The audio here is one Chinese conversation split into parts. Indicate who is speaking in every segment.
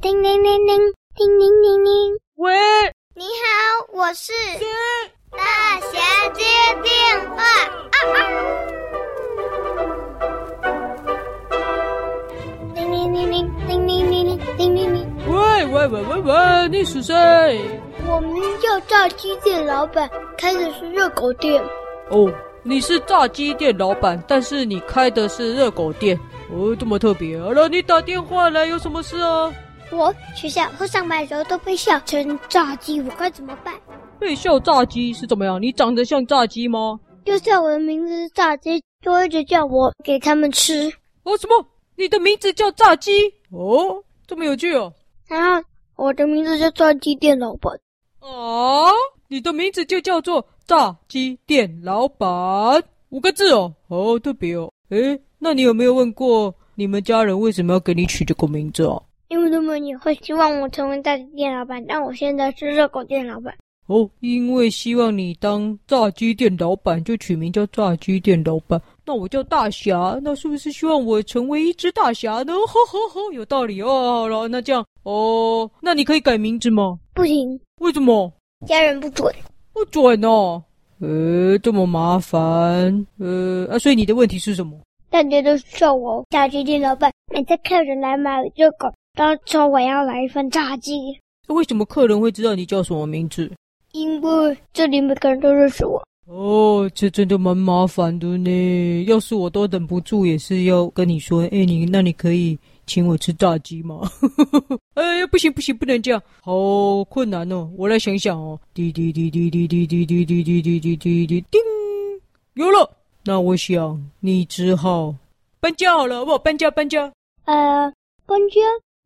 Speaker 1: 叮铃铃铃，叮铃铃铃。
Speaker 2: 喂，
Speaker 1: 你好，我是大侠接电话。啊啊！叮铃铃铃，叮铃铃铃，叮铃铃。
Speaker 2: 喂喂喂喂喂，你是谁？
Speaker 1: 我们叫炸鸡店老板，开的是热狗店。
Speaker 2: 哦，你是炸鸡店老板，但是你开的是热狗店，哦，这么特别。好了，你打电话来有什么事啊？
Speaker 1: 我学校和上班的时候都被笑成炸鸡，我该怎么办？
Speaker 2: 被笑炸鸡是怎么样？你长得像炸鸡吗？
Speaker 1: 就叫我的名字是炸鸡，就一直叫我给他们吃。
Speaker 2: 哦，什么？你的名字叫炸鸡？哦，这么有趣哦。
Speaker 1: 然后我的名字叫炸鸡店老板。
Speaker 2: 哦，你的名字就叫做炸鸡店老板，五个字哦，好、特别哦。诶，那你有没有问过你们家人为什么要给你取这个名字哦？
Speaker 1: 因为他们也会希望我成为大鸡店老板，但我现在是热狗店老板。
Speaker 2: 哦，因为希望你当炸鸡店老板，就取名叫炸鸡店老板。那我叫大侠，那是不是希望我成为一只大侠呢？ 吼吼吼，有道理哦。好了，那这样哦，那你可以改名字吗？
Speaker 1: 不行，
Speaker 2: 为什么？
Speaker 1: 家人不准。
Speaker 2: 不准哦。呃，这么麻烦。呃，啊，所以你的问题是什么？
Speaker 1: 大家都笑我炸鸡店老板，每次客人来买热狗，都说我要来一份炸鸡，
Speaker 2: 为什么客人会知道你叫什么名字？
Speaker 1: 因为这里每个人都认识我。
Speaker 2: 哦，这真的蛮麻烦的呢。要是我都忍不住，也是要跟你说，哎，你那你可以请我吃炸鸡吗？哎，不行不行，不能这样，好困难哦。我来想一想哦。滴滴滴滴滴滴滴滴滴滴滴滴滴滴，叮，有了。那我想你只好搬家好了，好不好？搬家搬家，
Speaker 1: 呃，搬家，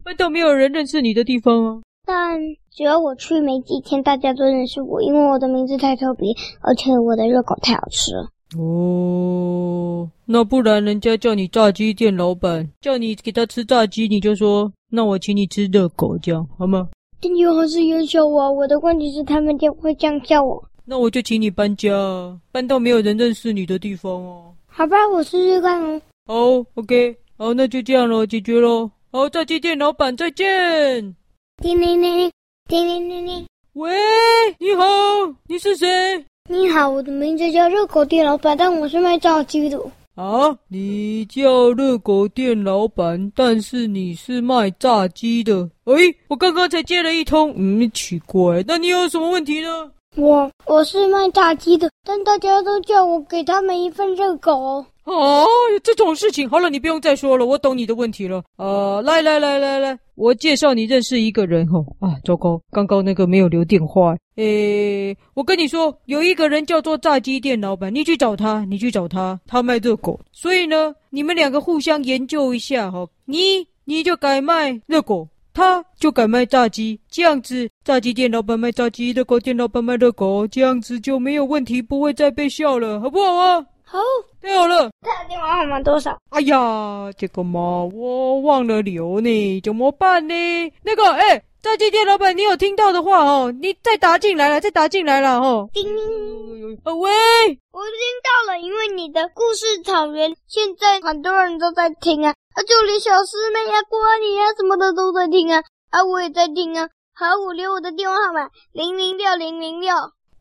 Speaker 2: 搬到没有人认识你的地方啊。
Speaker 1: 但只要我去没几天，大家都认识我，因为我的名字太特别，而且我的热狗太好吃了。
Speaker 2: 哦，那不然人家叫你炸鸡店老板，叫你给他吃炸鸡，你就说那我请你吃热狗，这样好吗？
Speaker 1: 但有好是有笑我，我的问题是他们就会这样叫我。
Speaker 2: 那我就请你搬家啊，搬到没有人认识你的地方哦。
Speaker 1: 好吧，我试试看哦。
Speaker 2: 好，OK，好，那就这样咯，解决咯。好，炸鸡店老板再见。
Speaker 1: 叮铃铃铃，叮铃铃铃。
Speaker 2: 喂，你好，你是谁？
Speaker 1: 你好，我的名字叫热狗店老板，但我是卖炸鸡的。
Speaker 2: 啊，你叫热狗店老板，但是你是卖炸鸡的。诶，我刚刚才接了一通，嗯，奇怪，那你有什么问题呢？
Speaker 1: 我我是卖炸鸡的，但大家都叫我给他们一份热狗。
Speaker 2: 哦，有这种事情，好了，你不用再说了，我懂你的问题了。呃，来来来来来，我介绍你认识一个人哦。啊，糟糕，刚刚那个没有留电话。诶，我跟你说，有一个人叫做炸鸡店老板，你去找他，你去找他，他卖热狗。所以呢，你们两个互相研究一下哈、哦，你你就改卖热狗。他就改卖炸鸡，这样子炸鸡店老板卖炸鸡，热狗店老板卖热狗，这样子就没有问题，不会再被笑了，好不好啊？
Speaker 1: 好，
Speaker 2: 太好了。
Speaker 1: 他的电话号码多少？
Speaker 2: 哎呀，这个嘛，我忘了留呢，怎么办呢？那个，哎、炸鸡店老板，你有听到的话哦，你再打进来了，再打进来了哦。
Speaker 1: 叮铃，
Speaker 2: 呃，喂，
Speaker 1: 我听到了，因为你的故事草原现在很多人都在听啊，啊，就连小师妹啊、郭阿妮啊什么的都在听啊，啊，我也在听啊。好，我留我的电话号码零零六零零六。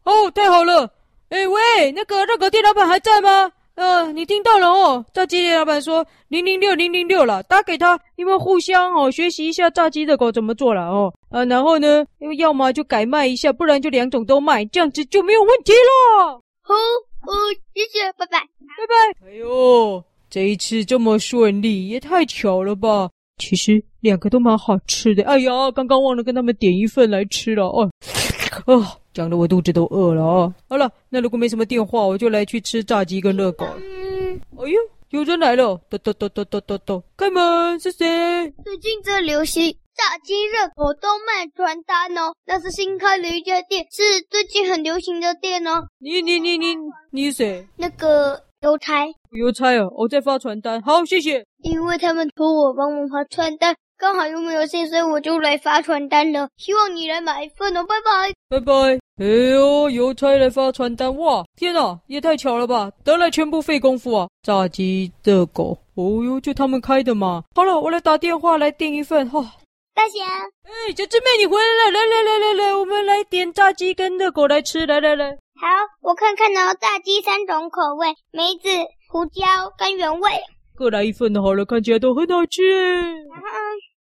Speaker 2: 哦，太好了，哎、喂，那个热狗店老板还在吗？呃，你听到了哦，炸鸡店老板说零零六零零六了，打给他，你们互相哦学习一下炸鸡热狗怎么做了哦。呃，然后呢，要么就改卖一下，不然就两种都卖，这样子就没有问题了。
Speaker 1: 好，哦，谢谢，拜拜。
Speaker 2: 哎呦，这一次这么顺利，也太巧了吧！其实两个都蛮好吃的。哎呀，刚刚忘了跟他们点一份来吃了哦。哦，讲的我肚子都饿了哦。好了，那如果没什么电话，我就来去吃炸鸡跟热狗。
Speaker 1: 嗯，
Speaker 2: 哎呦，有人来了！咚咚咚咚咚咚咚，开门是谁？
Speaker 1: 最近这流行炸鸡热狗都卖传单哦，那是新开了一家店，是最近很流行的店哦。
Speaker 2: 你你你你你是谁？
Speaker 1: 那个邮差，
Speaker 2: 邮差哦，我在发传单。好，谢谢。
Speaker 1: 因为他们托我帮忙发传单，刚好又没有信，所以我就来发传单了。希望你来买一份哦，拜拜。
Speaker 2: 拜拜。哎呦，邮差来发传单哇！天啊，也太巧了吧！得来全不费工夫啊！炸鸡热狗，哦呦，就他们开的嘛。好了，我来打电话来订一份哈、
Speaker 1: 大侠，
Speaker 2: 哎，小智妹，你回来了！来来来来来，我们来点炸鸡跟热狗来吃！来来来，
Speaker 1: 好，我看看哦，炸鸡三种口味，梅子、胡椒跟原味，
Speaker 2: 各来一份好了，看起来都很好吃耶。
Speaker 1: 然后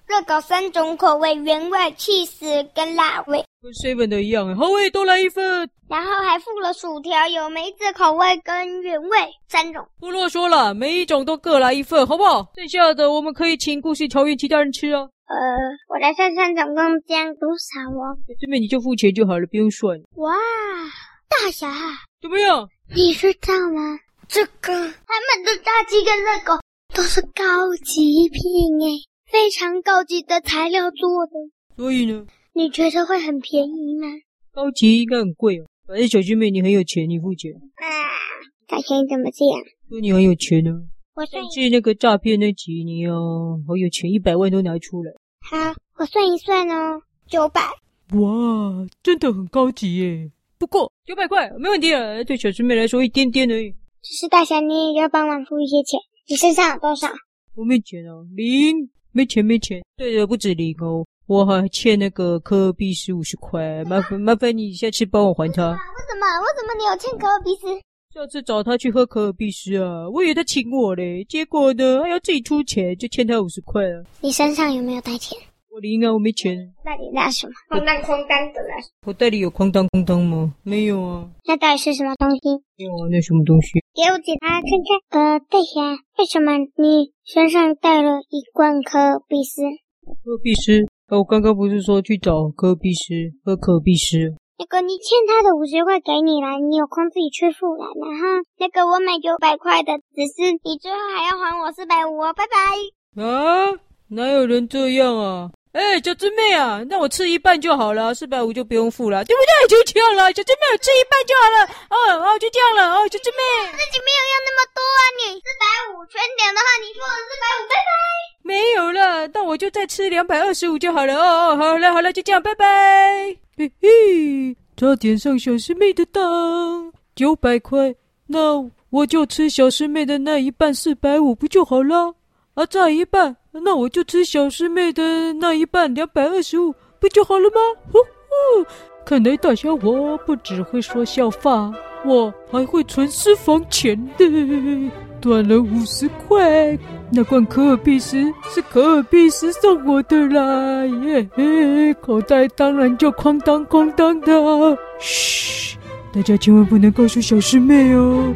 Speaker 1: 热狗三种口味，原味、气死跟辣味，
Speaker 2: 跟 seven 的一样耶，好味都来一份。
Speaker 1: 然后还附了薯条，有梅子口味跟原味三种。
Speaker 2: 不啰嗦了，每一种都各来一份，好不好？剩下的我们可以请故事调员其他人吃啊。
Speaker 1: 呃，我来看看总共这样多少哦。
Speaker 2: 小智妹，你就付钱就好了，不用算。
Speaker 1: 哇，大侠，啊
Speaker 2: 怎么样？
Speaker 1: 你知道吗？这个他们的炸鸡跟热狗都是高级品诶，非常高级的材料做的。
Speaker 2: 所以呢，
Speaker 1: 你觉得会很便宜吗？
Speaker 2: 高级应该很贵哦。反正小智妹你很有钱，你付钱，
Speaker 1: 啊，大侠你怎么这样？
Speaker 2: 说你很有钱呢、啊。
Speaker 1: 我算
Speaker 2: 上次那个诈骗那集，你哦，好有钱，一百万都拿出来。
Speaker 1: 好，我算一算哦，九百。
Speaker 2: 哇，真的很高级耶！不过九百块没问题啊，对小师妹来说一点点而已。
Speaker 1: 只是大侠你也要帮忙付一些钱，你身上有多少？
Speaker 2: 我没钱啊，零，没钱没钱。对了，不止零哦，我还欠那个科比斯五十块，麻烦麻烦你下次帮我还他。
Speaker 1: 我怎么我怎么你有欠可比斯？
Speaker 2: 上次找他去喝可尔必斯啊，我以为他请我嘞，结果呢，他要自己出钱，就欠他五十块啊。
Speaker 1: 你身上有没有带钱？
Speaker 2: 我零啊，我没钱，
Speaker 1: 那你拿什么？空荡空荡的了。
Speaker 2: 口袋里有哐当哐当吗？没有啊，
Speaker 1: 那到底是什么东西？
Speaker 2: 没有啊，那什么东西？
Speaker 1: 给我检查看看。呃，大侠，为什么你身上带了一罐可比斯？
Speaker 2: 科尔必斯，啊，我刚刚不是说去找科尔必斯喝可尔必斯？
Speaker 1: 那个你欠他的五十块给你了，你有空自己去付了。然后那个我买九百块的，只是你最后还要还我四百五哦，拜拜。
Speaker 2: 啊，哪有人这样啊？哎、小智妹啊，那我吃一半就好了，四百五就不用付了，对不对？就这样了，小智妹，我吃一半就好了，哦哦，就这样了，哦，小智妹，
Speaker 1: 自己没有要那么多啊，你四百五全点的话，你付我四百五，拜拜。
Speaker 2: 没有了，那我就再吃两百二十五就好了，哦哦，好了好了，就这样，拜拜。嘿嘿，差点上小师妹的当，九百块，那我就吃小师妹的那一半四百五不就好了？啊，再一半，那我就吃小师妹的那一半两百二十五不就好了吗？呼呼，看来大侠我不只会说笑话，我还会存私房钱的，短了五十块。那罐可尔必斯是可尔必斯送我的啦，耶嘿，口袋当然就哐当哐当的啊。嘘，大家千万不能告诉小师妹哦。